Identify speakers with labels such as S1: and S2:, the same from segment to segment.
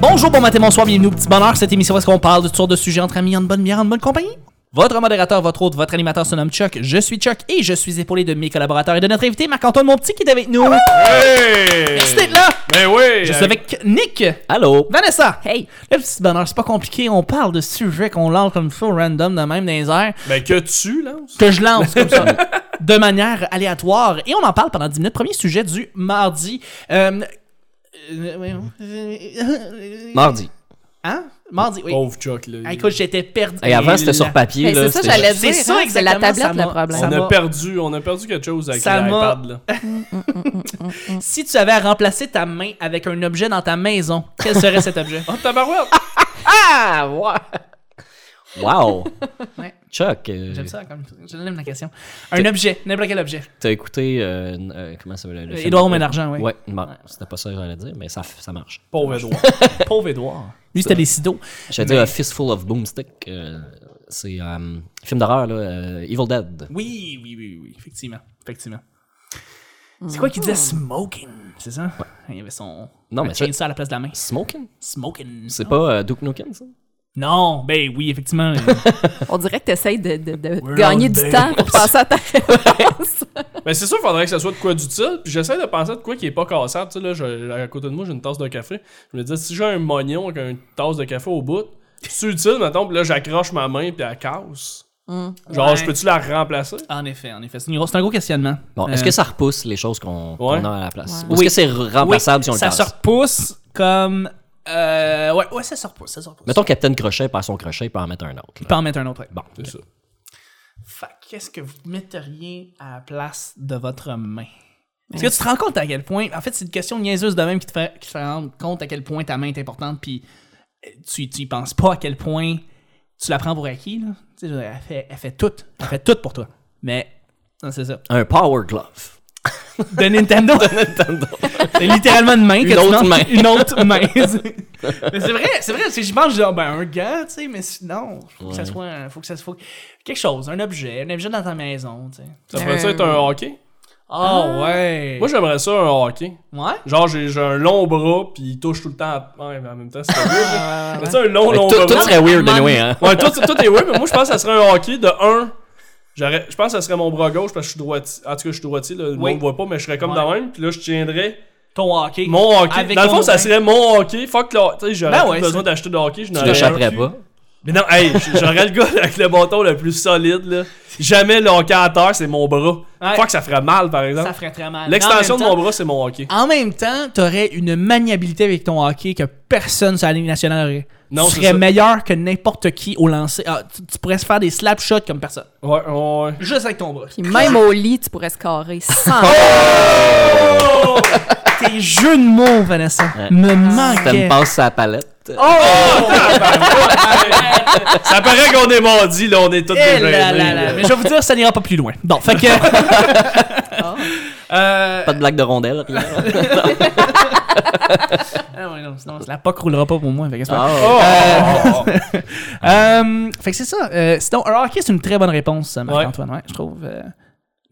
S1: Bonjour, bon matin, bonsoir, bienvenue au Petit Bonheur. Cette émission, où est-ce qu'on parle de toutes sortes de sujets entre amis, en bonne bière, en bonne compagnie? Votre modérateur, votre hôte, votre animateur se nomme Chuck. Je suis Chuck et je suis épaulé de mes collaborateurs et de notre invité, Marc-Antoine Monpetit, qui est avec nous.
S2: Hey!
S1: Merci d'être là!
S2: Ben oui!
S1: Je suis avec Nick,
S3: Allô?
S1: Vanessa. Hey! Le Petit Bonheur, c'est pas compliqué. On parle de sujets qu'on lance comme ça au random, de même dans les airs,
S2: Ben que tu lances?
S1: que je lance comme ça. De manière aléatoire. Et on en parle pendant 10 minutes. Premier sujet du mardi. Euh, euh, euh,
S3: Mardi.
S1: Hein? Mardi, oui.
S2: Pauvre Chuck, là.
S1: Ah, écoute, j'étais perdu.
S3: Et avant, c'était sur papier.
S4: Mais
S3: là,
S4: Ben, c'est ça,
S3: c'était-
S4: j'allais
S1: C'est
S4: dire.
S1: ça,
S4: hein, C'est la
S1: exactement, ça
S4: tablette
S1: m'a-
S4: le problème.
S1: ça
S2: on
S1: m'a-
S2: a perdu, on a perdu quelque chose avec
S1: Ça m'a-
S2: l'iPad, là.
S1: Si tu avais à remplacer ta main avec un objet dans ta maison, quel serait cet objet?
S2: Oh, tabarouette!
S3: Ah! Ouais. Wow!
S1: Ouais.
S3: Chuck, euh,
S1: J'aime ça, comme je l'aime la question. Un objet, n'importe quel objet.
S3: t'as écouté. euh, n- euh, comment ça s'appelle? le film?
S1: Édouard Romain-Argent, oui.
S3: Ouais, bon, c'était pas ça que j'allais dire, mais ça, f- ça marche.
S2: Pauvre Edouard. Pauvre Edouard.
S1: Lui, c'était les sidos.
S3: J'allais dire A Fistful of Boomstick. euh, c'est un film d'horreur, là, euh, Evil Dead.
S1: Oui, oui, oui, oui, effectivement. Effectivement. C'est quoi qu'il disait smoking, c'est ça? Il y avait son.
S3: Non,
S1: un
S3: mais ça-
S1: chainsaw à la place de la main.
S3: Smoking?
S1: Smoking.
S3: C'est pas euh, Duke Nukem, ça?
S1: Non, ben oui, effectivement.
S4: On dirait que t'essayes de, de- de
S1: We're
S4: gagner
S1: on
S4: du
S1: base.
S4: temps pour passer à ta réponse.
S2: Ben c'est sûr, faudrait que ça soit de quoi d'utile. Puis j'essaie de penser à de quoi qui est pas cassable. Tu sais, là, je- à côté de moi, j'ai une tasse de café. Je me dis, si j'ai un mognon avec une tasse de café au bout, c'est utile, mettons, puis là, j'accroche ma main, puis elle casse. Genre,
S1: Hum, Ouais.
S2: je peux-tu la remplacer?
S1: en effet, en effet. C'est une grosse- c'est un gros questionnement.
S3: Bon, est-ce
S1: Euh,
S3: que ça repousse les choses qu'on qu'on
S2: Ouais.
S3: a à la place?
S4: Ouais.
S3: Ou est-ce que c'est re- remplaçable
S1: oui,
S3: si on le
S1: Ça
S3: casse?
S1: se repousse comme. euh, ouais, ouais, ça se repousse, ça se repousse.
S3: Mettons Captain Crochet par son crochet peut en mettre un autre.
S1: Il peut en mettre un autre, ouais.
S3: Bon,
S2: C'est ça.
S1: Fait que qu'est-ce que vous metteriez à la place de votre main? Est-ce que tu te rends compte à quel point. En fait, c'est une question niaiseuse de même qui te fait, qui te fait rendre compte à quel point ta main est importante, puis euh, tu, tu y penses pas à quel point tu la prends pour acquis, là. Tu sais, je veux dire, elle fait, elle fait tout. Elle fait tout pour toi. Mais. Non, c'est ça.
S3: un Power Glove.
S1: De Nintendo. C'est littéralement une main que
S3: Une
S1: tu
S3: autre
S1: lances-
S3: main.
S1: Une autre main. mais c'est vrai, c'est vrai. c'est- Je pense genre, ben, un gant, tu sais, mais sinon, faut que ça
S3: Ouais.
S1: soit. un- Faut que ça soit quelque chose, un objet, un objet dans ta maison, tu sais.
S2: Ça pourrait-tu être un hockey?
S1: Oh ouais.
S2: Moi, j'aimerais ça, un hockey.
S1: ouais.
S2: Genre, j'ai j'ai un long bras, puis il touche tout le temps. à- Ouais, mais en même temps, c'est weird.
S1: Euh,
S2: là. Mais tu sais, un
S1: Oh
S2: long,
S3: Ouais,
S2: long
S3: tout,
S2: bras.
S3: tout serait weird
S1: Man-
S3: anyway, hein?
S2: Ouais, tout, tout est weird, mais moi, je pense que ça serait un hockey de 1. Je pense que ça serait mon bras gauche parce que je suis droitier. En tout cas, je suis droitier, là, le
S1: Oui.
S2: monde ne voit pas, mais je serais comme
S1: Ouais.
S2: dans même, puis là, je tiendrais
S1: Ton hockey.
S2: mon hockey.
S1: Avec
S2: dans le
S1: ton
S2: fond, ça
S1: main.
S2: serait mon hockey. Fuck le Tu sais, j'aurais
S1: Ben
S2: plus
S1: ouais,
S2: besoin
S1: c'est-
S2: d'acheter de hockey. Je
S3: Tu
S2: n'aurais
S3: l'échapperais pas.
S2: Mais non, hey, j'aurais le gars avec le bâton le plus solide, là. Jamais le hockey à terre, c'est mon bras.
S1: Ouais.
S2: Fuck, ça ferait mal, par
S1: Ça
S2: exemple.
S1: ferait très mal.
S2: L'extension de
S1: Mais en
S2: mon
S1: même
S2: bras, c'est mon hockey.
S1: temps- En même temps, t'aurais une maniabilité avec ton hockey que personne sur la ligne nationale aurait.
S2: Non,
S1: tu
S2: c'est
S1: serais
S2: ça.
S1: meilleur que n'importe qui au lancer. Ah, tu, tu pourrais se faire des slap shots comme personne.
S2: Ouais, ouais.
S1: Juste avec ton bras.
S4: Puis même au lit, tu pourrais se carrer sans.
S1: Tes jeux de mots, Vanessa, me
S3: Ça
S1: manquaient. Oh,
S3: me passe sa palette.
S2: Ça paraît qu'on est mardi, là, on est tous
S1: Eh
S2: des
S1: là là là. Mais je vais vous dire, ça n'ira pas plus loin. Bon, fait que. Euh,
S3: Pas de blague de rondelle, rien.
S1: ah ouais, non, sinon, la POC roulera pas pour moi. Fait que c'est pas-
S2: Oh,
S3: Ah,
S1: Euh, fait que c'est ça. Euh, sinon, un hockey, c'est une très bonne réponse, euh, Marc-Antoine. Ouais, je trouve. euh,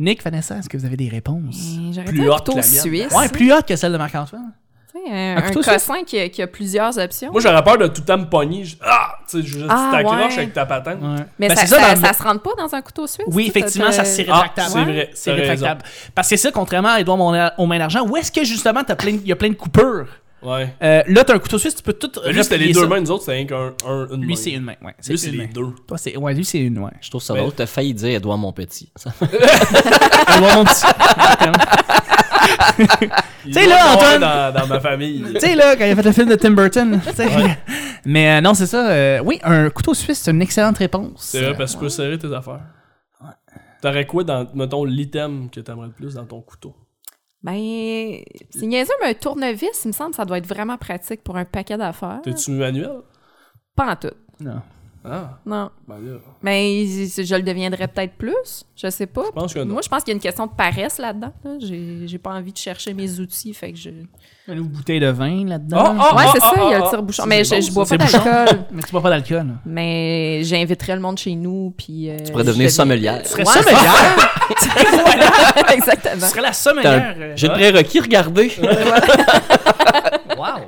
S1: Nick, Vanessa, est-ce que vous avez des réponses?
S4: J'aurais
S2: Plus
S4: dit un
S2: haute que
S4: couteau
S2: la mienne.
S4: suisse.
S1: Ouais, plus haute que celle de Marc-Antoine.
S4: Tu sais, Un,
S1: Un
S4: un
S1: couteau
S4: cossin qui a, qui a plusieurs options.
S2: Moi, j'aurais peur de tout le temps me pogner. Je- Ah! Tu sais, je juste
S4: Ah,
S2: t'accroches
S4: ouais.
S2: avec ta patente.
S1: Ouais.
S4: mais
S1: Ben,
S4: ça,
S1: c'est
S4: ça,
S1: dans-
S4: ça se rentre pas dans un couteau suisse?
S1: Oui,
S4: tu sais,
S1: effectivement,
S4: t'as-
S1: ça c'est
S2: Ah,
S1: rétractable.
S2: c'est vrai,
S1: C'est
S2: t'as raison.
S1: rétractable. Parce que c'est ça, contrairement à Edouard Mon- aux mains d'argent, où est-ce que justement t'as plein- il y a plein de coupures?
S2: Ouais.
S1: Euh, là, t'as un couteau suisse, tu peux tout.
S2: Mais lui, Ben, c'était les
S1: replier
S2: deux
S1: ça.
S2: mains, nous autres, c'était rien qu'un. Un, une
S1: Lui,
S2: main.
S1: c'est une main. Ouais,
S2: Lui, c'est
S1: une
S2: les
S1: main.
S2: deux.
S1: Toi, c'est. Ouais, lui, c'est une, ouais.
S3: Je trouve ça
S2: Mais-
S3: drôle. T'as failli dire Edouard mon petit.
S1: Ah, ouais, mon petit.
S2: Tu
S1: sais, là, Antoine-
S2: Dans, dans ma famille.
S1: tu sais, là, quand il a fait le film de Tim Burton. tu sais. Mais euh, non, c'est ça. euh, oui, un couteau suisse, c'est une excellente réponse. Euh,
S2: C'est vrai, parce que tu peux serrer tes affaires. T'aurais quoi dans, mettons, l'item que t'aimerais le plus dans ton couteau?
S4: Ben, c'est niaiseux, mais un tournevis, il me semble, ça doit être vraiment pratique pour un paquet d'affaires.
S2: T'es-tu manuel?
S4: Pas en tout,
S1: Non.
S2: Ah,
S4: non.
S2: ben là.
S4: Mais je, je le deviendrais peut-être plus, je sais pas.
S2: Je pense que non.
S4: Moi, je pense qu'il y a une question de paresse là-dedans. là. J'ai j'ai pas envie de chercher mes outils, fait que je...
S1: Une bouteille de vin là-dedans.
S2: Ah,
S4: ouais,
S2: ah,
S4: c'est
S2: ah,
S4: ça, il y a
S2: ah,
S4: le
S2: ah.
S4: tire-bouchon.
S2: Ça,
S4: Mais
S2: c'est
S4: je,
S2: bon,
S4: je bois
S1: ça.
S4: pas
S1: Oh, C'est bouchon.
S4: d'alcool.
S1: Mais tu bois pas d'alcool. là.
S4: mais j'inviterais le monde chez nous, puis... euh,
S3: Tu pourrais devenir
S4: je
S3: sommelière. Tu
S4: deviens-
S1: serais
S4: Ouais,
S1: sommelière.
S4: c'est- Exactement.
S1: euh, Tu serais la sommelière. euh,
S3: J'ai le prérequis, regardez.
S1: oh, Wow.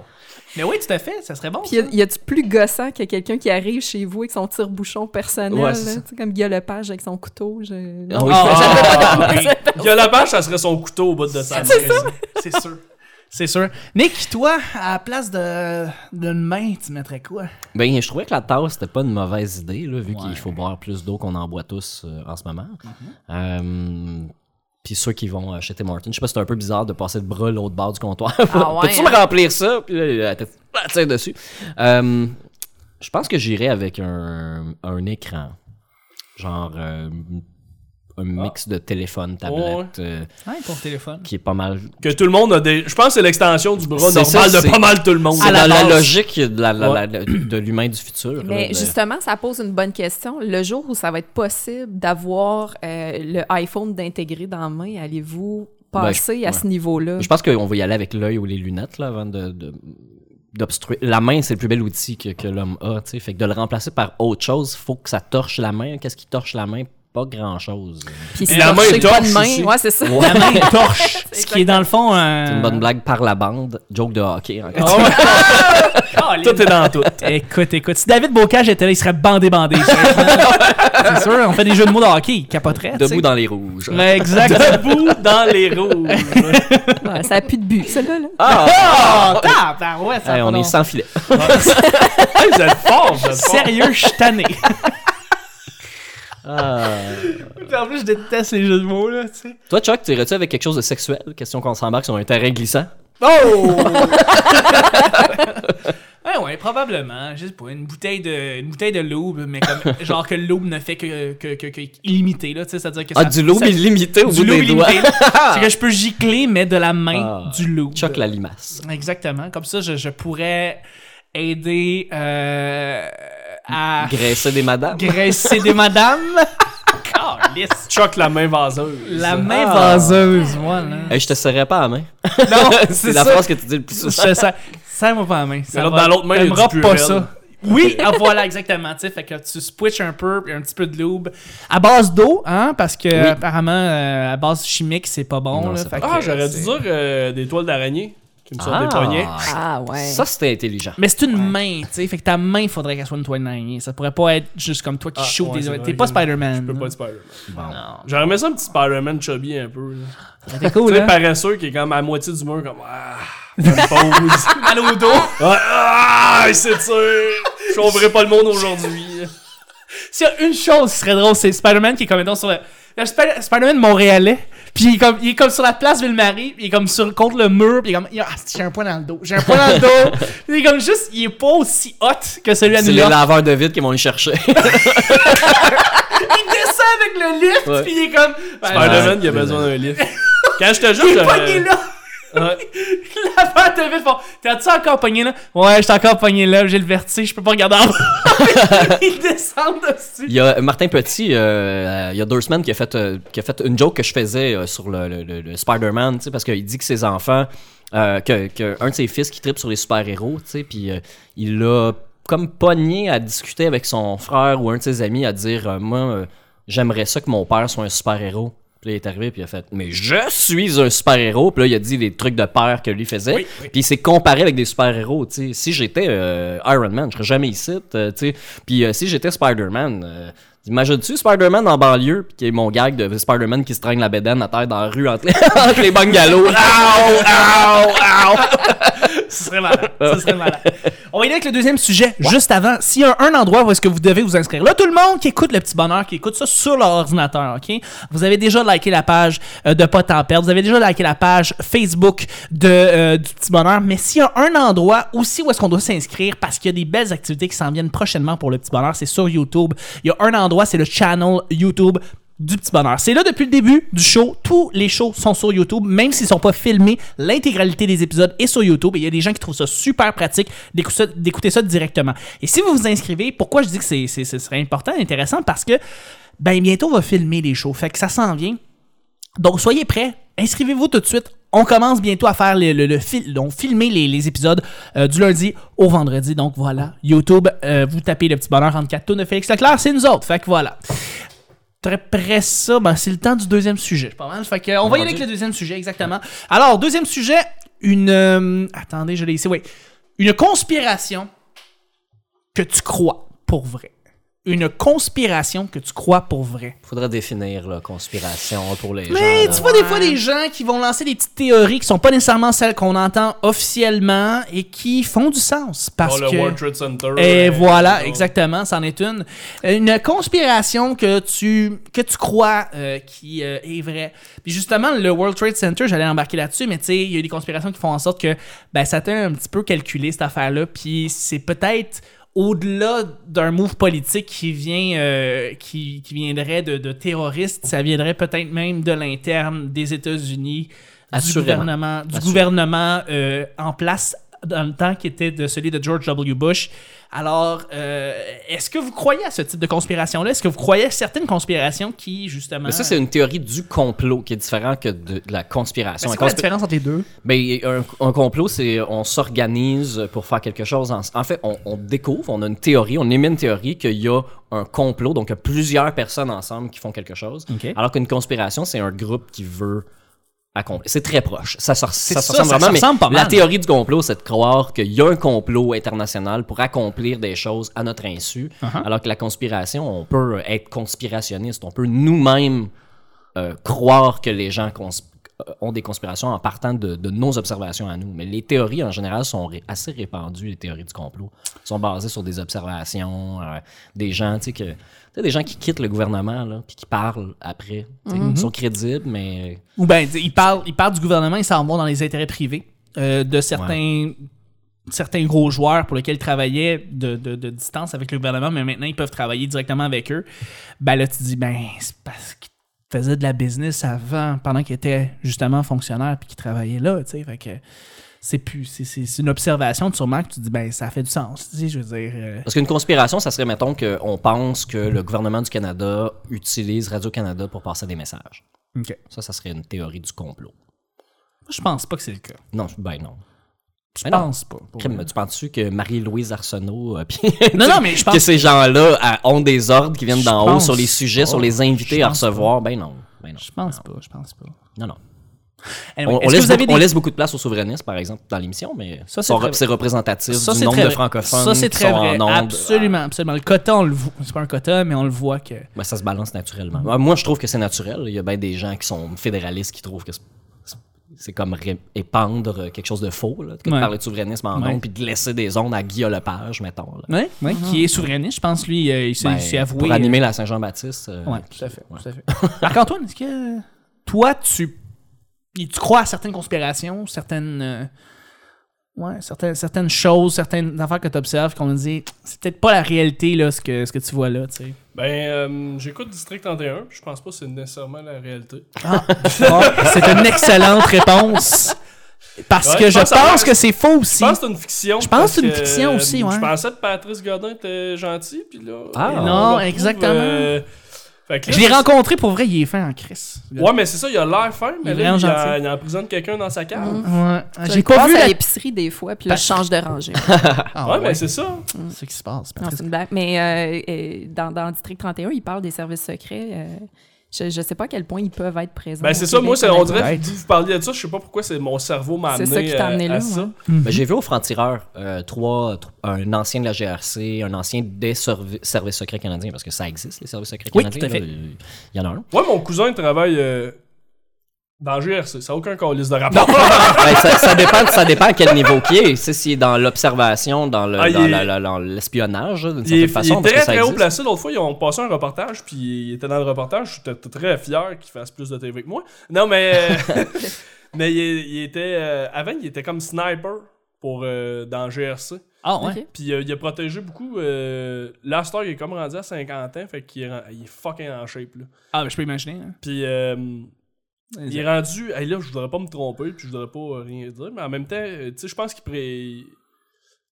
S1: Mais oui, tout à fait, ça serait bon.
S4: Puis y a- y a-tu plus gossant que quelqu'un qui arrive chez vous avec son tire-bouchon personnel,
S3: Ouais,
S4: là,
S3: c'est ça.
S4: tu sais, comme Guy Lepage avec son couteau? Je...
S3: Ah
S4: Non.
S3: oui.
S1: Ah, oui,
S2: Il y a la page, ça serait son couteau au bout de sa main.
S1: c'est sûr. C'est sûr. C'est sûr. Nick, toi, à la place de d'une main, tu mettrais quoi?
S3: Ben, je trouvais que la tasse, c'était pas une mauvaise idée, là, vu
S1: Ouais.
S3: qu'il faut boire plus d'eau qu'on en boit tous euh, en ce moment.
S4: Mm-hmm.
S3: Euh, Puis ceux qui vont acheter Martin, je sais pas, c'est un peu bizarre de passer le bras l'autre bord du comptoir.
S4: Ah ouais,
S3: Peux-tu me
S4: hein?
S3: remplir ça? Puis là, elle était- elle tire dessus. Euh, je pense que j'irais avec un, un écran. Genre euh, un mix
S4: Ah.
S3: de téléphone, tablette, euh,
S1: Ouais, ton téléphone.
S3: qui est pas mal
S2: Que tout le monde a des. Je pense que c'est l'extension du bras
S3: C'est
S2: normal
S3: ça,
S2: de
S3: c'est-
S2: pas mal tout le monde.
S3: C'est
S1: Oh, la
S3: dans la
S1: base.
S3: logique de la- la- la- de l'humain du futur. là,
S4: Mais
S3: de-
S4: justement, ça pose une bonne question. Le jour où ça va être possible d'avoir euh, le iPhone d'intégrer dans la main, allez-vous passer
S3: Ben, je-
S4: à ce niveau-là?
S3: Je pense qu'on va y aller avec l'œil ou les lunettes là, avant de, de- d'obstruer. La main, c'est le plus bel outil que, que l'homme a. tu sais. Fait que de le remplacer par autre chose, faut que ça torche la main. Qu'est-ce qui torche la main Pas grand-chose.
S4: Puis si
S2: la
S4: la
S2: main
S4: main
S2: est
S4: pas
S2: torche
S4: de
S2: aussi.
S4: main, ouais, c'est ça.
S1: La main torche, ce qui est dans le fond euh, un.
S3: C'est une bonne blague par la bande. Joke de hockey. encore.
S1: Oh.
S2: Ah ouais. tout est dans tout.
S1: Écoute, écoute, si David Bocage était là, il serait bandé bandé. c'est sûr, on fait des jeux de mots de hockey, il capoterait. tu sais.
S3: Debout dans les rouges.
S1: Ouais, exact.
S2: Debout dans les rouges.
S4: Ouais, ça n'a plus de but, celle-là. là.
S1: Ah, tabarouette, ça
S3: Hey,
S1: prend
S3: on
S1: long.
S3: est sans filet.
S2: Hey, vous êtes forts, vous êtes forts.
S1: Sérieux, je suis tanné.
S3: Ah.
S1: en plus, je déteste les jeux de mots, là, tu sais.
S3: Toi, Chuck, t'irais-tu avec quelque chose de sexuel Question qu'on s'embarque sur un terrain glissant.
S1: Oh! ouais, ouais, probablement. Je sais pas, une bouteille de, une bouteille de l'aube, mais comme, genre que l'aube ne fait que, que, que, que illimité, là, tu sais, c'est-à-dire que
S3: Ah,
S1: ça-
S3: du lot
S1: ça-
S3: illimité au
S1: du
S3: bout
S1: loup
S3: des doigts.
S1: illimité, là. C'est que je peux gicler, mais de la main
S3: Ah.
S1: du loup.
S3: Chuck la limace.
S1: Exactement. Comme ça, je, je pourrais aider euh, à
S3: Graisser des madames.
S1: graisser des madames. Calisse.
S2: Choc la main vaseuse.
S1: La main
S3: Ah.
S1: vaseuse, voilà.
S3: Hey, je te serrais pas la main.
S1: Non,
S3: C'est
S1: c'est
S3: la
S1: ça.
S3: phrase que tu dis le plus souvent.
S1: Je ça. Serre-moi pas la main. Ça
S2: l'autre-
S1: va-
S2: dans l'autre main, il y a du
S1: t'aimeras pas
S2: purel.
S1: ça. Oui, ah, voilà, exactement. tu sais, fait que tu switches un peu, puis un petit peu de lube. À base d'eau, hein, parce que apparemment, euh, à base chimique, c'est pas bon.
S3: Non,
S1: là,
S3: c'est
S1: fait
S3: pas
S2: Ah,
S1: que,
S2: j'aurais dû
S1: c'est-
S2: dire euh, des toiles d'araignée qui me sortent des poignets.
S4: Ah ouais.
S3: Ça, c'était intelligent.
S1: Mais c'est une main, tu sais. Fait que ta main, il faudrait qu'elle soit une toile d'araignée. Ça pourrait pas être juste comme toi qui
S2: Ah,
S1: shoot
S2: ouais,
S1: des
S2: c'est
S1: oreilles.
S2: vrai,
S1: T'es pas
S2: je-
S1: Spider-Man.
S2: Je peux
S1: là.
S2: pas être Spider-Man.
S3: Bon.
S2: J'aurais aimé ça un petit Spider-Man chubby un peu. là.
S1: C'était
S2: Tu
S1: cool,
S2: sais,
S1: hein?
S2: paresseux qui est comme à moitié du mur, comme. Ah, bonne pause.
S1: Mal au dos.
S2: Ah, ah, c'est sûr. Je sauverai pas le monde aujourd'hui.
S1: S'il y a une chose qui serait drôle, c'est Spider-Man qui est comme mettons, sur le. le Spi- Spider-Man montréalais, puis il est, comme, il est comme sur la place Ville-Marie, puis il est comme sur, contre le mur, puis il est comme, ah, j'ai un point dans le dos, j'ai un point dans le dos. il est comme juste, il est pas aussi hot que celui à New
S3: C'est les
S1: York.
S3: laveurs de vide qui vont le chercher.
S1: Il descend avec le lift,
S3: Ouais.
S1: puis il est comme, ben, euh,
S2: Spider-Man, euh, il a
S3: ouais.
S2: besoin d'un livre. Quand je te jure,
S1: il est
S2: j'aurais-
S1: pogné là.
S2: Ouais.
S1: L'avant de vite, font, t'es-tu encore pogné là? Ouais, j'étais encore pogné là, j'ai le vertige, je peux pas regarder en bas. il descend dessus.
S3: Il y a Martin Petit, euh, euh, il y a deux semaines, qui a fait, euh, qui a fait une joke que je faisais euh, sur le, le- le- le Spider-Man, tu sais, parce qu'il dit que ses enfants, euh, que, que un de ses fils qui tripe sur les super-héros, tu sais, puis euh, il l'a comme pogné à discuter avec son frère ou un de ses amis à dire euh, Moi, euh, j'aimerais ça que mon père soit un super-héros. Puis là, il est arrivé, puis il a fait Mais je suis un super-héros. Puis là, il a dit les trucs de père que lui faisait.
S1: Oui, oui.
S3: Puis il s'est comparé avec des super-héros. tu sais. Si j'étais euh, Iron Man, je serais jamais ici. euh, tu sais. Puis euh, si j'étais Spider-Man, euh, imagines-tu Spider-Man en banlieue, puis qu'il y ait mon gag de Spider-Man qui se traîne la bédaine à terre dans la rue entre les, entre les bungalows. Ow, ow, ow.
S1: Ce serait malade. Ce serait malade. On va y aller avec le deuxième sujet. Juste avant, s'il y a un endroit où est-ce que vous devez vous inscrire. Là, tout le monde qui écoute le petit bonheur, qui écoute ça sur leur ordinateur, OK? Vous avez déjà liké la page euh, de Pas Tant Perdre. Vous avez déjà liké la page Facebook de, euh, du petit bonheur. Mais s'il y a un endroit aussi où est-ce qu'on doit s'inscrire parce qu'il y a des belles activités qui s'en viennent prochainement pour le petit bonheur, c'est sur YouTube. Il y a un endroit, c'est le channel YouTube du petit bonheur. C'est là depuis le début du show. Tous les shows sont sur YouTube, même s'ils sont pas filmés. L'intégralité des épisodes est sur YouTube et il y a des gens qui trouvent ça super pratique d'écou- ça- d'écouter ça directement. Et si vous vous inscrivez, pourquoi je dis que c'est, c'est- ce serait important et intéressant? Parce que ben bientôt on va filmer les shows. Fait que ça s'en vient. Donc, soyez prêts. Inscrivez-vous tout de suite. On commence bientôt à faire le, le, le fil- donc filmer les, les épisodes euh, du lundi au vendredi. Donc voilà, YouTube, euh, vous tapez le petit bonheur 34 tours de Félix Leclerc, c'est nous autres. Fait que voilà. Très près ça, ben, c'est le temps du deuxième sujet. Pas mal. Fait que, euh, on va y aller avec le deuxième sujet, exactement. Alors, deuxième sujet, une. euh, attendez, je l'ai ici. Oui. Une conspiration que tu crois pour vrai. Une conspiration que tu crois pour vrai.
S3: Faudrait définir la conspiration pour les
S1: Mais
S3: gens.
S1: tu
S3: là.
S1: vois des fois des gens qui vont lancer des petites théories qui sont pas nécessairement celles qu'on entend officiellement et qui font du sens parce
S2: Dans le
S1: que
S2: World Trade Center.
S1: Et
S2: euh,
S1: voilà,
S2: dans-
S1: exactement, c'en est une. Une conspiration que tu, que tu crois euh, qui euh, est vraie. Puis justement, le World Trade Center, j'allais embarquer là-dessus, mais tu sais, il y a des conspirations qui font en sorte que ben, ça t'a un petit peu calculé, cette affaire-là. Puis c'est peut-être au-delà d'un move politique qui vient euh, qui, qui viendrait de, de terroristes, ça viendrait peut-être même de l'interne des États-Unis, du
S3: Assurément.
S1: gouvernement, du gouvernement euh, en place dans le temps qui était de celui de George W. Bush. Alors, euh, est-ce que vous croyez à ce type de conspiration-là? Est-ce que vous croyez à certaines conspirations qui, justement... Ben,
S3: Mais ça, c'est une théorie du complot qui est différente que de, de la conspiration.
S1: Mais c'est
S3: Un
S1: quoi la
S3: conspi-
S1: différence entre les deux?
S3: Mais un, un complot, c'est on s'organise pour faire quelque chose. En, en fait, on, on découvre, on a une théorie, on émet une théorie qu'il y a un complot, donc il y a plusieurs personnes ensemble qui font quelque chose.
S1: Ok.
S3: Alors qu'une conspiration, c'est un groupe qui veut accomplir. C'est très proche. Ça, se- ça
S1: ça,
S3: se ressemble
S1: ça
S3: vraiment,
S1: se
S3: mais
S1: ressemble pas mal.
S3: la théorie du complot, c'est de croire qu'il y a un complot international pour accomplir des choses à notre insu.
S1: Uh-huh.
S3: Alors que la conspiration, on peut être conspirationniste, on peut nous-mêmes euh, croire que les gens cons- euh, ont des conspirations en partant de, de nos observations à nous. Mais les théories, en général, sont ré- assez répandues, les théories du complot. Elles sont basées sur des observations, euh, des gens, tu sais, que... tu sais, des gens qui quittent le gouvernement, là, puis qui parlent après. tu
S1: Mm-hmm.
S3: sais. Ils sont crédibles, mais...
S1: Ou bien, ils parlent il parle du gouvernement, ils s'en vont dans les intérêts privés euh, de certains, certains gros joueurs pour lesquels ils travaillaient de, de- de distance avec le gouvernement, mais maintenant ils peuvent travailler directement avec eux. Ben là, tu te dis, ben, c'est parce qu'ils faisaient de la business avant, pendant qu'ils étaient justement fonctionnaires puis qu'ils travaillaient là, tu sais. Fait que c'est plus. c'est- C'est c'est une observation, sûrement, que tu te dis, ben, ça fait du sens. Tu sais, je veux dire. euh,
S3: Parce qu'une conspiration, ça serait, mettons, qu'on pense que le gouvernement du Canada utilise Radio-Canada pour passer des messages. Ça, ça serait une théorie du complot.
S1: Moi, Je pense pas que c'est le cas.
S3: Non, je- ben non.
S1: Je
S3: Ben non.
S1: pense pas. pour
S3: Crime,
S1: vrai.
S3: Tu penses-tu que Marie-Louise Arsenault, euh, puis
S1: Non, non, mais je
S3: que
S1: pense.
S3: ces gens-là euh, ont des ordres qui viennent
S1: Je
S3: d'en haut
S1: pense
S3: sur les sujets,
S1: pas.
S3: sur les invités
S1: Je
S3: à
S1: pense
S3: recevoir? Ben non. Ben non.
S1: Je pense pas, je pense pas.
S3: Non, non.
S1: Anyway,
S3: On, on
S1: est-ce que
S3: laisse
S1: vous avez
S3: beaucoup, on
S1: des-
S3: laisse beaucoup de place aux souverainistes, par exemple, dans l'émission, mais
S1: Ça, c'est
S3: c'est
S1: très-
S3: rep- c'est représentatif
S1: Ça,
S3: du
S1: c'est
S3: nombre
S1: très
S3: de
S1: vrai.
S3: francophones
S1: Ça, c'est
S3: qui
S1: très
S3: sont
S1: vrai.
S3: en onde.
S1: Absolument, absolument. Le quota, on le voit. C'est pas un quota, mais on le voit que.
S3: Ben, ça se balance naturellement. Ben, Moi, je trouve que c'est naturel. Il y a bien des gens qui sont fédéralistes qui trouvent que c'est- c'est- c'est comme ré- épandre euh, quelque chose de faux, là, que
S1: Ouais.
S3: de parler de souverainisme en
S1: Ouais.
S3: ondes, puis de laisser des ondes à Guillaume Lepage, mettons. là.
S1: Oui, oui. Qui est souverainiste, je pense, lui, euh, il s'est
S3: Ben,
S1: il s'est avoué.
S3: pour animer la Saint-Jean-Baptiste. euh,
S1: Oui, tout à fait.
S3: ouais.
S1: tout à fait. Marc-Antoine, est-ce que. Toi, tu. Tu crois à certaines conspirations, certaines. euh, Ouais, certaines, certaines choses, certaines affaires que tu observes qu'on dit, c'est peut-être pas la réalité, là, ce que, ce que tu vois là, tu sais.
S2: Ben, euh, j'écoute District 31, puis je pense pas que c'est nécessairement la réalité.
S1: Bon, c'est une excellente réponse. Parce
S2: Ouais,
S1: que
S2: je
S1: je
S2: pense
S1: pense,
S2: avoir-
S1: que c'est faux aussi.
S2: Je pense que c'est une fiction.
S1: Je pense
S2: parce
S1: que c'est une
S2: que,
S1: fiction aussi,
S2: euh,
S1: ouais.
S2: Je pensais que Patrice Godin était gentil, puis là.
S3: Ah.
S2: on
S3: Non,
S2: le retrouve,
S1: exactement.
S2: euh, fait que là,
S1: Je l'ai rencontré pour vrai, il est fin en Chris.
S2: Ouais, mais c'est ça, il a l'air fin, mais
S1: Il est
S2: là,
S1: vraiment
S2: il, a,
S1: gentil. Mm.
S2: il emprisonne quelqu'un dans sa cave.
S1: Ouais.
S4: Je
S2: Ah,
S1: J'ai pas
S4: passe
S1: vu
S4: à
S1: la...
S4: l'épicerie des fois, puis là, je change de rangée.
S1: Ah
S2: ouais,
S1: ouais. Ah
S2: mais c'est ça.
S1: c'est ce qui se passe.
S4: Non, c'est une blague. Mais euh, euh, dans, dans District 31, ils parlent des services secrets. euh, je ne sais pas à quel point ils peuvent être présents.
S2: Ben, c'est
S4: au
S2: ça,
S4: Québec,
S2: moi, c'est- on
S4: mais-
S2: dirait
S1: honnête.
S2: que vous parliez de ça, je sais pas pourquoi c'est mon cerveau m'a
S4: C'est
S2: amené.
S4: ça qui t'a
S2: euh,
S4: amené
S2: à
S4: là.
S2: ça.
S4: ouais.
S1: Mm-hmm.
S3: Ben, J'ai vu au Franc-Tireur euh, trois- tr- un ancien de la GRC, un ancien des servi- services secrets canadiens, parce que ça existe, les services secrets
S1: Oui,
S3: canadiens.
S1: tout à
S3: là.
S1: fait.
S3: Il il y en a un.
S2: Ouais, mon cousin, il travaille euh, dans GRC. Ça n'a aucun colis de rapport.
S3: Ben, ça, ça dépend, ça dépend à quel niveau qui est. Tu sais, s'il est dans l'observation, dans le-
S2: Ah, il
S3: dans
S2: est-
S3: la- la- dans l'espionnage, là, d'une
S2: il est,
S3: certaine
S2: il
S3: façon,
S2: est
S3: parce
S2: très,
S3: que ça
S2: très haut
S3: existe.
S2: placé. L'autre fois, ils ont passé un reportage, puis il était dans le reportage. J'étais très fier qu'il fasse plus de TV que moi. Non, mais. mais il, est- il était. euh, avant, il était comme sniper pour, euh, dans GRC.
S1: Ah
S4: ouais.
S2: Puis euh, il a protégé beaucoup. Euh, L'Astor, il est comme rendu à 50 ans, fait qu'il est, ren- il est fucking en shape, là.
S1: Ah, ben, je peux imaginer. hein.
S2: Puis euh, il est rendu. Hey, là, je voudrais pas me tromper, puis je voudrais pas euh, rien dire, mais en même temps, euh, tu sais, je pense qu'il pré.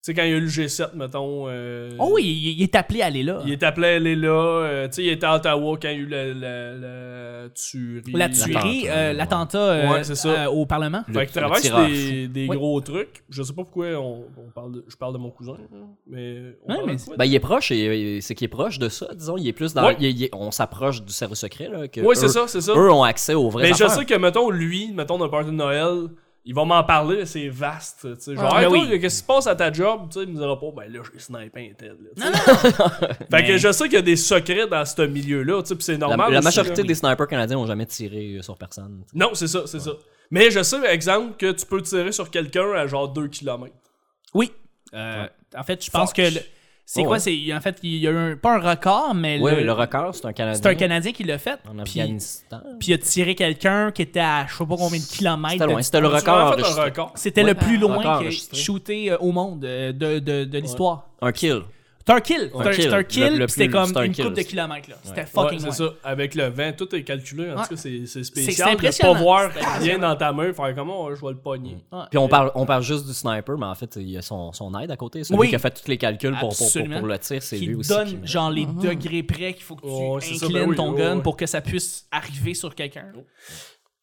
S2: Tu sais, quand il y a eu le G7, mettons. euh,
S1: Oh oui, il, il est appelé à aller là.
S2: Il est appelé à aller là. euh, tu sais, il était à Ottawa quand il y a eu la, la, la tuerie.
S1: La tuerie,
S3: L'attentat,
S1: euh,
S3: ouais.
S1: l'attentat euh,
S2: Ouais, c'est ça.
S1: euh, au Parlement.
S2: Fait qu'il travaille
S3: le
S2: sur
S3: tireur
S2: des, des
S1: Oui.
S2: gros trucs. Je sais pas pourquoi on, on parle de, je parle de mon cousin, hein, mais.
S1: Ouais,
S2: On parle
S1: mais
S2: de
S1: c'est-
S2: quoi?
S3: Ben, il est proche, et, et c'est qu'il est proche de ça, disons. Il est plus dans.
S2: Ouais.
S3: il est- il est- on s'approche du service secret, là. Que
S2: Oui, c'est
S3: eux-
S2: ça, c'est ça.
S3: Eux ont accès aux vrais
S2: Mais je
S3: affaires.
S2: sais que, mettons, lui, mettons, d'un party de Noël, ils vont m'en parler, c'est vaste. tu sais. Genre,
S1: Ouais.
S3: Ah,
S2: Hey,
S1: Ben
S2: toi,
S1: oui.
S2: qu'est-ce qui se passe à ta job? Tu sais, il me dira pas, ben là, j'ai snipé un TED. Là, tu sais. fait que
S1: Mais-
S2: je sais qu'il y a des secrets dans ce milieu-là, tu sais, puis c'est
S3: La,
S2: normal.
S3: la
S2: aussi,
S3: majorité
S2: là.
S3: des snipers canadiens n'ont jamais tiré euh, sur personne. tu sais.
S2: Non, c'est ça, c'est ça. Mais je sais, par exemple, que tu peux tirer sur quelqu'un à genre 2 km.
S1: Oui. Euh, En fait, je pense
S2: Fuck.
S1: que. le- C'est
S3: Oh,
S1: quoi
S3: ouais.
S1: c'est En fait, il y a eu un, pas un record, mais
S3: Ouais,
S1: le-
S3: le record, c'est un Canadien.
S1: c'est un Canadien qui l'a fait.
S3: En
S1: Puis,
S3: Afghanistan.
S1: puis il a tiré quelqu'un qui était à je sais pas combien de kilomètres.
S3: C'était loin.
S1: de-
S3: C'était le
S2: Tu
S3: record.
S2: m'as fait un
S3: enregistré.
S2: record.
S1: C'était le plus
S3: Record
S1: loin que
S3: enregistré.
S1: shooté euh, au monde euh, de, de, de l'histoire.
S3: Un kill.
S1: C'est un kill. C'est un-
S3: kill.
S1: C'est un kill,
S3: Le- le
S1: puis c'était
S3: plus-
S1: comme
S3: c'est un
S1: une
S3: kill,
S1: coupe de
S3: c'est-
S1: kilomètres. là. C'était
S2: Ouais,
S1: fucking
S2: c'est
S1: loin.
S2: ça. Avec le vent, tout est calculé. En tout cas, c'est c'est
S1: C'est-
S2: spécial
S1: c'est
S2: de pas
S1: impressionnant. Mm.
S2: voir
S1: C'est
S2: rien dans ta main. Faire comment je vois le pogner.
S1: Ouais. Euh,
S3: Puis on parle, on parle juste du sniper, mais en fait, il y a son, son aide à côté. Celui
S1: Oui.
S3: qui a fait tous les calculs pour, pour, pour,
S1: Absolument.
S3: pour le tir, c'est
S1: qui
S3: lui aussi.
S1: donne
S3: qui met-
S1: genre les degrés près qu'il faut que tu
S2: Oh, Ah. c'est
S1: inclines
S2: ça, ben oui,
S1: ton
S2: oh,
S1: gun
S2: ouais. Oh.
S1: pour que ça puisse arriver sur quelqu'un.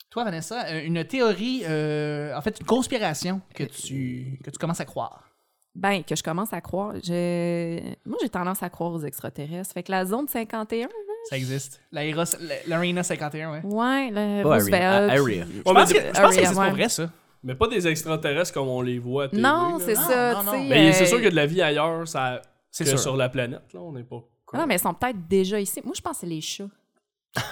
S1: Toi, Vanessa, euh, une théorie, euh, en fait, une conspiration que tu, que tu commences à croire.
S4: Ben, que je commence à croire. Je... Moi, j'ai tendance à croire aux extraterrestres. Fait que la zone 51,
S1: Ça existe. L'aéros- l'a- L'Arena 51, ouais.
S4: ouais, le
S3: Pas
S4: Roosevelt,
S3: Area. Area.
S4: puis-
S1: Je
S2: Ouais, mais
S1: pense que,
S2: dis-
S1: je pense que
S4: Area,
S1: c'est
S4: ouais.
S1: pour vrai, ça.
S2: Mais pas des extraterrestres comme on les voit à TV, là.
S4: Non, c'est
S1: Non,
S4: ça,
S1: non,
S4: tu
S1: non.
S4: sais.
S2: Mais c'est
S4: euh,
S2: sûr qu'il y a de la vie ailleurs ça,
S1: C'est
S2: que
S1: sûr.
S2: sur la planète. Là, on n'est pas.
S4: Ah Non, mais ils sont peut-être déjà ici. Moi, je pense que c'est les chats.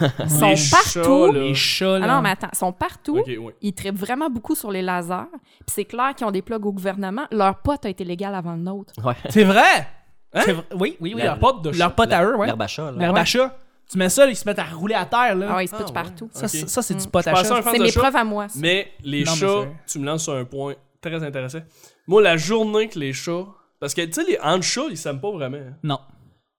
S4: Ils
S2: Les
S4: sont
S2: chats,
S4: partout.
S2: là.
S1: Les chats,
S4: Ah
S1: là.
S4: non, mais attends, ils sont partout.
S2: Ok, ouais.
S4: Ils trippent vraiment beaucoup sur les lasers. Puis c'est clair qu'ils ont des plugs au gouvernement. Leur pote a été légal avant le nôtre.
S3: Ouais.
S1: C'est vrai! C'est vrai! Oui, oui, oui.
S3: La-
S1: Hein? leur pote,
S2: de
S1: leur pote à eux, ouais.
S3: L'herbe à chat, là.
S1: L'herbe à chat. Tu mets ça, ils se mettent à rouler à terre, là.
S4: Ah ouais, ils se
S2: Ah
S4: pitchent
S2: ouais.
S4: partout.
S1: Ça,
S2: ok.
S1: c'est- ça, c'est du pot
S2: Je
S1: à
S2: pensais un
S1: chat.
S2: fan
S4: C'est
S2: de
S4: mes
S2: chats,
S4: preuves à moi. ça.
S2: Mais les
S1: Non, mais
S2: chats,
S1: c'est-
S2: tu me lances sur un point très intéressant. Moi, la journée que les chats. Parce que, tu sais, les entre chats, ils s'aiment pas vraiment. hein.
S1: Non.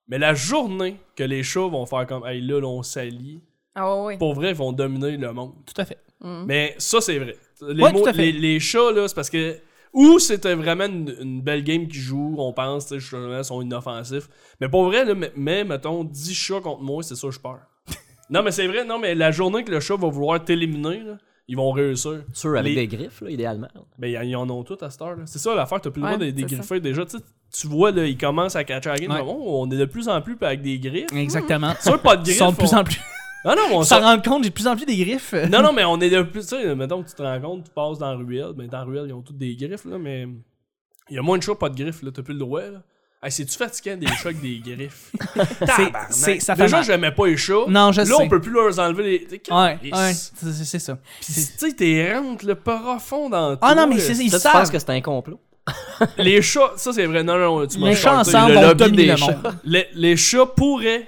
S2: Mais la journée que les chats vont faire comme, hey, là, là, on s'allie,
S4: Ah ouais, ouais.
S2: pour vrai, ils vont dominer le monde.
S1: Tout à fait.
S2: Mais ça, c'est vrai. Les,
S1: Mm. Ouais,
S2: mots-
S1: tout à fait.
S2: les, les chats, là, c'est parce que. Ou c'était vraiment une, une belle game qu'ils jouent, on pense, tu sais, justement, sont inoffensifs. Mais pour vrai, là, mais, mais, mettons, 10 chats contre moi, c'est ça, je peur. non, mais c'est vrai, non, mais la journée que le chat va vouloir t'éliminer, là, ils vont réussir.
S3: Ceux avec
S2: Les-
S3: des griffes, là, idéalement.
S2: Mais ils en ont toutes à cette heure-là. C'est ça l'affaire, t'as plus le
S4: Ouais,
S2: droit de- des
S4: c'est ça.
S2: griffer déjà. Tu sais, tu vois, là, ils commencent à catcher à la game.
S1: Ouais.
S2: Oh, on est de plus en plus avec des griffes.
S1: Exactement.
S2: Sûr, pas de
S1: Ils
S2: griffes.
S1: sont de plus
S2: on-
S1: en plus.
S2: Ah Non, non, on
S1: On s'en
S2: sort-
S1: rend compte, j'ai de plus en plus des griffes.
S2: Non, non, mais on est de plus. Tu sais, mettons que tu te rends compte, tu passes dans la ruelle. Mais dans la ruelle, ils ont toutes des griffes, là, mais. Il y a moins de chats, pas de griffes, là. T'as plus le droit, là. Hey, c'est-tu fatigant des chats avec des griffes? Tabarnak.
S1: c'est- ça fait
S2: Déjà,
S1: mal.
S2: j'aimais pas les chats.
S1: Non, je
S2: là,
S1: sais.
S2: on peut plus leur enlever les. T'sais,
S1: Ouais,
S2: calisse.
S1: ouais, c'est c'est- c'est ça.
S2: Pis, Tu sais, t'es rentre le profond dans
S1: Ah non,
S2: toi,
S1: mais
S2: là.
S1: c'est- ils
S3: Ça, tu
S1: savent.
S3: penses que c'est un complot?
S2: Les chats, ça c'est vrai. Non, non, tu m'as
S1: Les chats
S2: chanté.
S1: ensemble
S2: Le
S1: vont
S2: lobby
S1: dominer
S2: des
S1: le
S2: chats.
S1: monde.
S2: Les, les chats pourraient.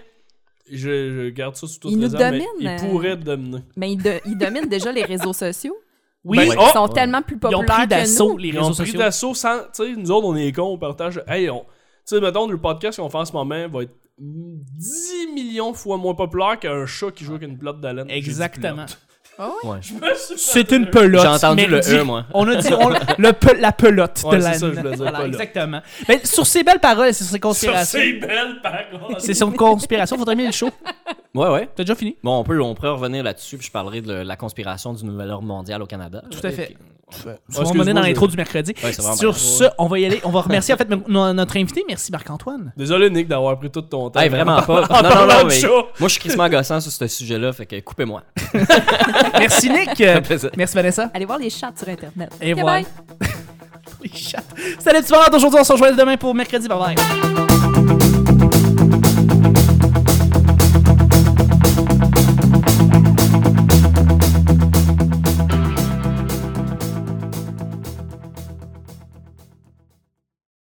S2: Je, je garde ça sous toute
S4: Ils nous
S2: réserve, mais
S4: dominent,
S2: Ils
S4: euh.
S2: pourraient dominer.
S4: Mais ils, de- ils dominent déjà les réseaux sociaux.
S1: Oui,
S2: Ben,
S1: ils
S2: oh,
S4: Ils sont tellement plus populaires
S1: ont pris
S4: que
S1: d'assaut
S4: nous.
S1: les
S2: Ils
S1: réseaux
S2: ont pris
S1: sociaux.
S2: d'assaut sans. Tu sais, nous autres, on est cons, on partage. Hey, on. Tu sais, mettons, le podcast qu'on fait en ce moment va être 10 millions de fois moins populaire qu'un chat qui joue avec une pelote d'haleine.
S1: Exactement.
S3: Ouais.
S1: C'est une pelote.
S3: J'ai entendu
S1: mais
S3: le
S1: dit-
S3: E, moi.
S1: On a dit on- le pe- la pelote
S2: Ouais,
S1: de
S2: c'est
S1: la
S2: ça, je voulais dire,
S1: Voilà,
S2: pelote.
S1: Exactement. Mais sur ces belles paroles et sur ces
S2: Ça,
S1: conspirations.
S2: c'est belle, par contre.
S1: C'est sur une conspiration. Faut terminer le show.
S3: Ouais, ouais.
S1: T'as déjà fini?
S3: Bon, on peut, on pourrait revenir là-dessus, puis je parlerai de la conspiration du nouvel ordre mondial au Canada.
S1: Tout à fait.
S2: Oh,
S1: On va mener
S2: excuse-moi,
S1: dans
S2: je-
S1: l'intro du mercredi.
S3: Ouais, c'est vraiment
S1: Sur
S3: bien.
S1: ce, on va y aller. On va remercier en fait no- notre invité. Merci Marc-Antoine.
S2: Désolé, Nick, d'avoir pris tout ton temps.
S3: Hey, vraiment pas.
S2: En
S3: Non, non,
S2: parlant
S3: non,
S2: de
S3: mais
S2: chat.
S3: moi, je suis crissement gossant sur ce sujet-là, fait que coupez-moi.
S1: Merci Nick.
S3: plaisir.
S1: Merci Vanessa.
S4: Allez voir les chats sur Internet.
S1: Et
S4: Ok,
S1: voilà.
S4: bye.
S1: Les chats. Salut tout le monde. Aujourd'hui, on se rejoint demain pour mercredi. Bye bye.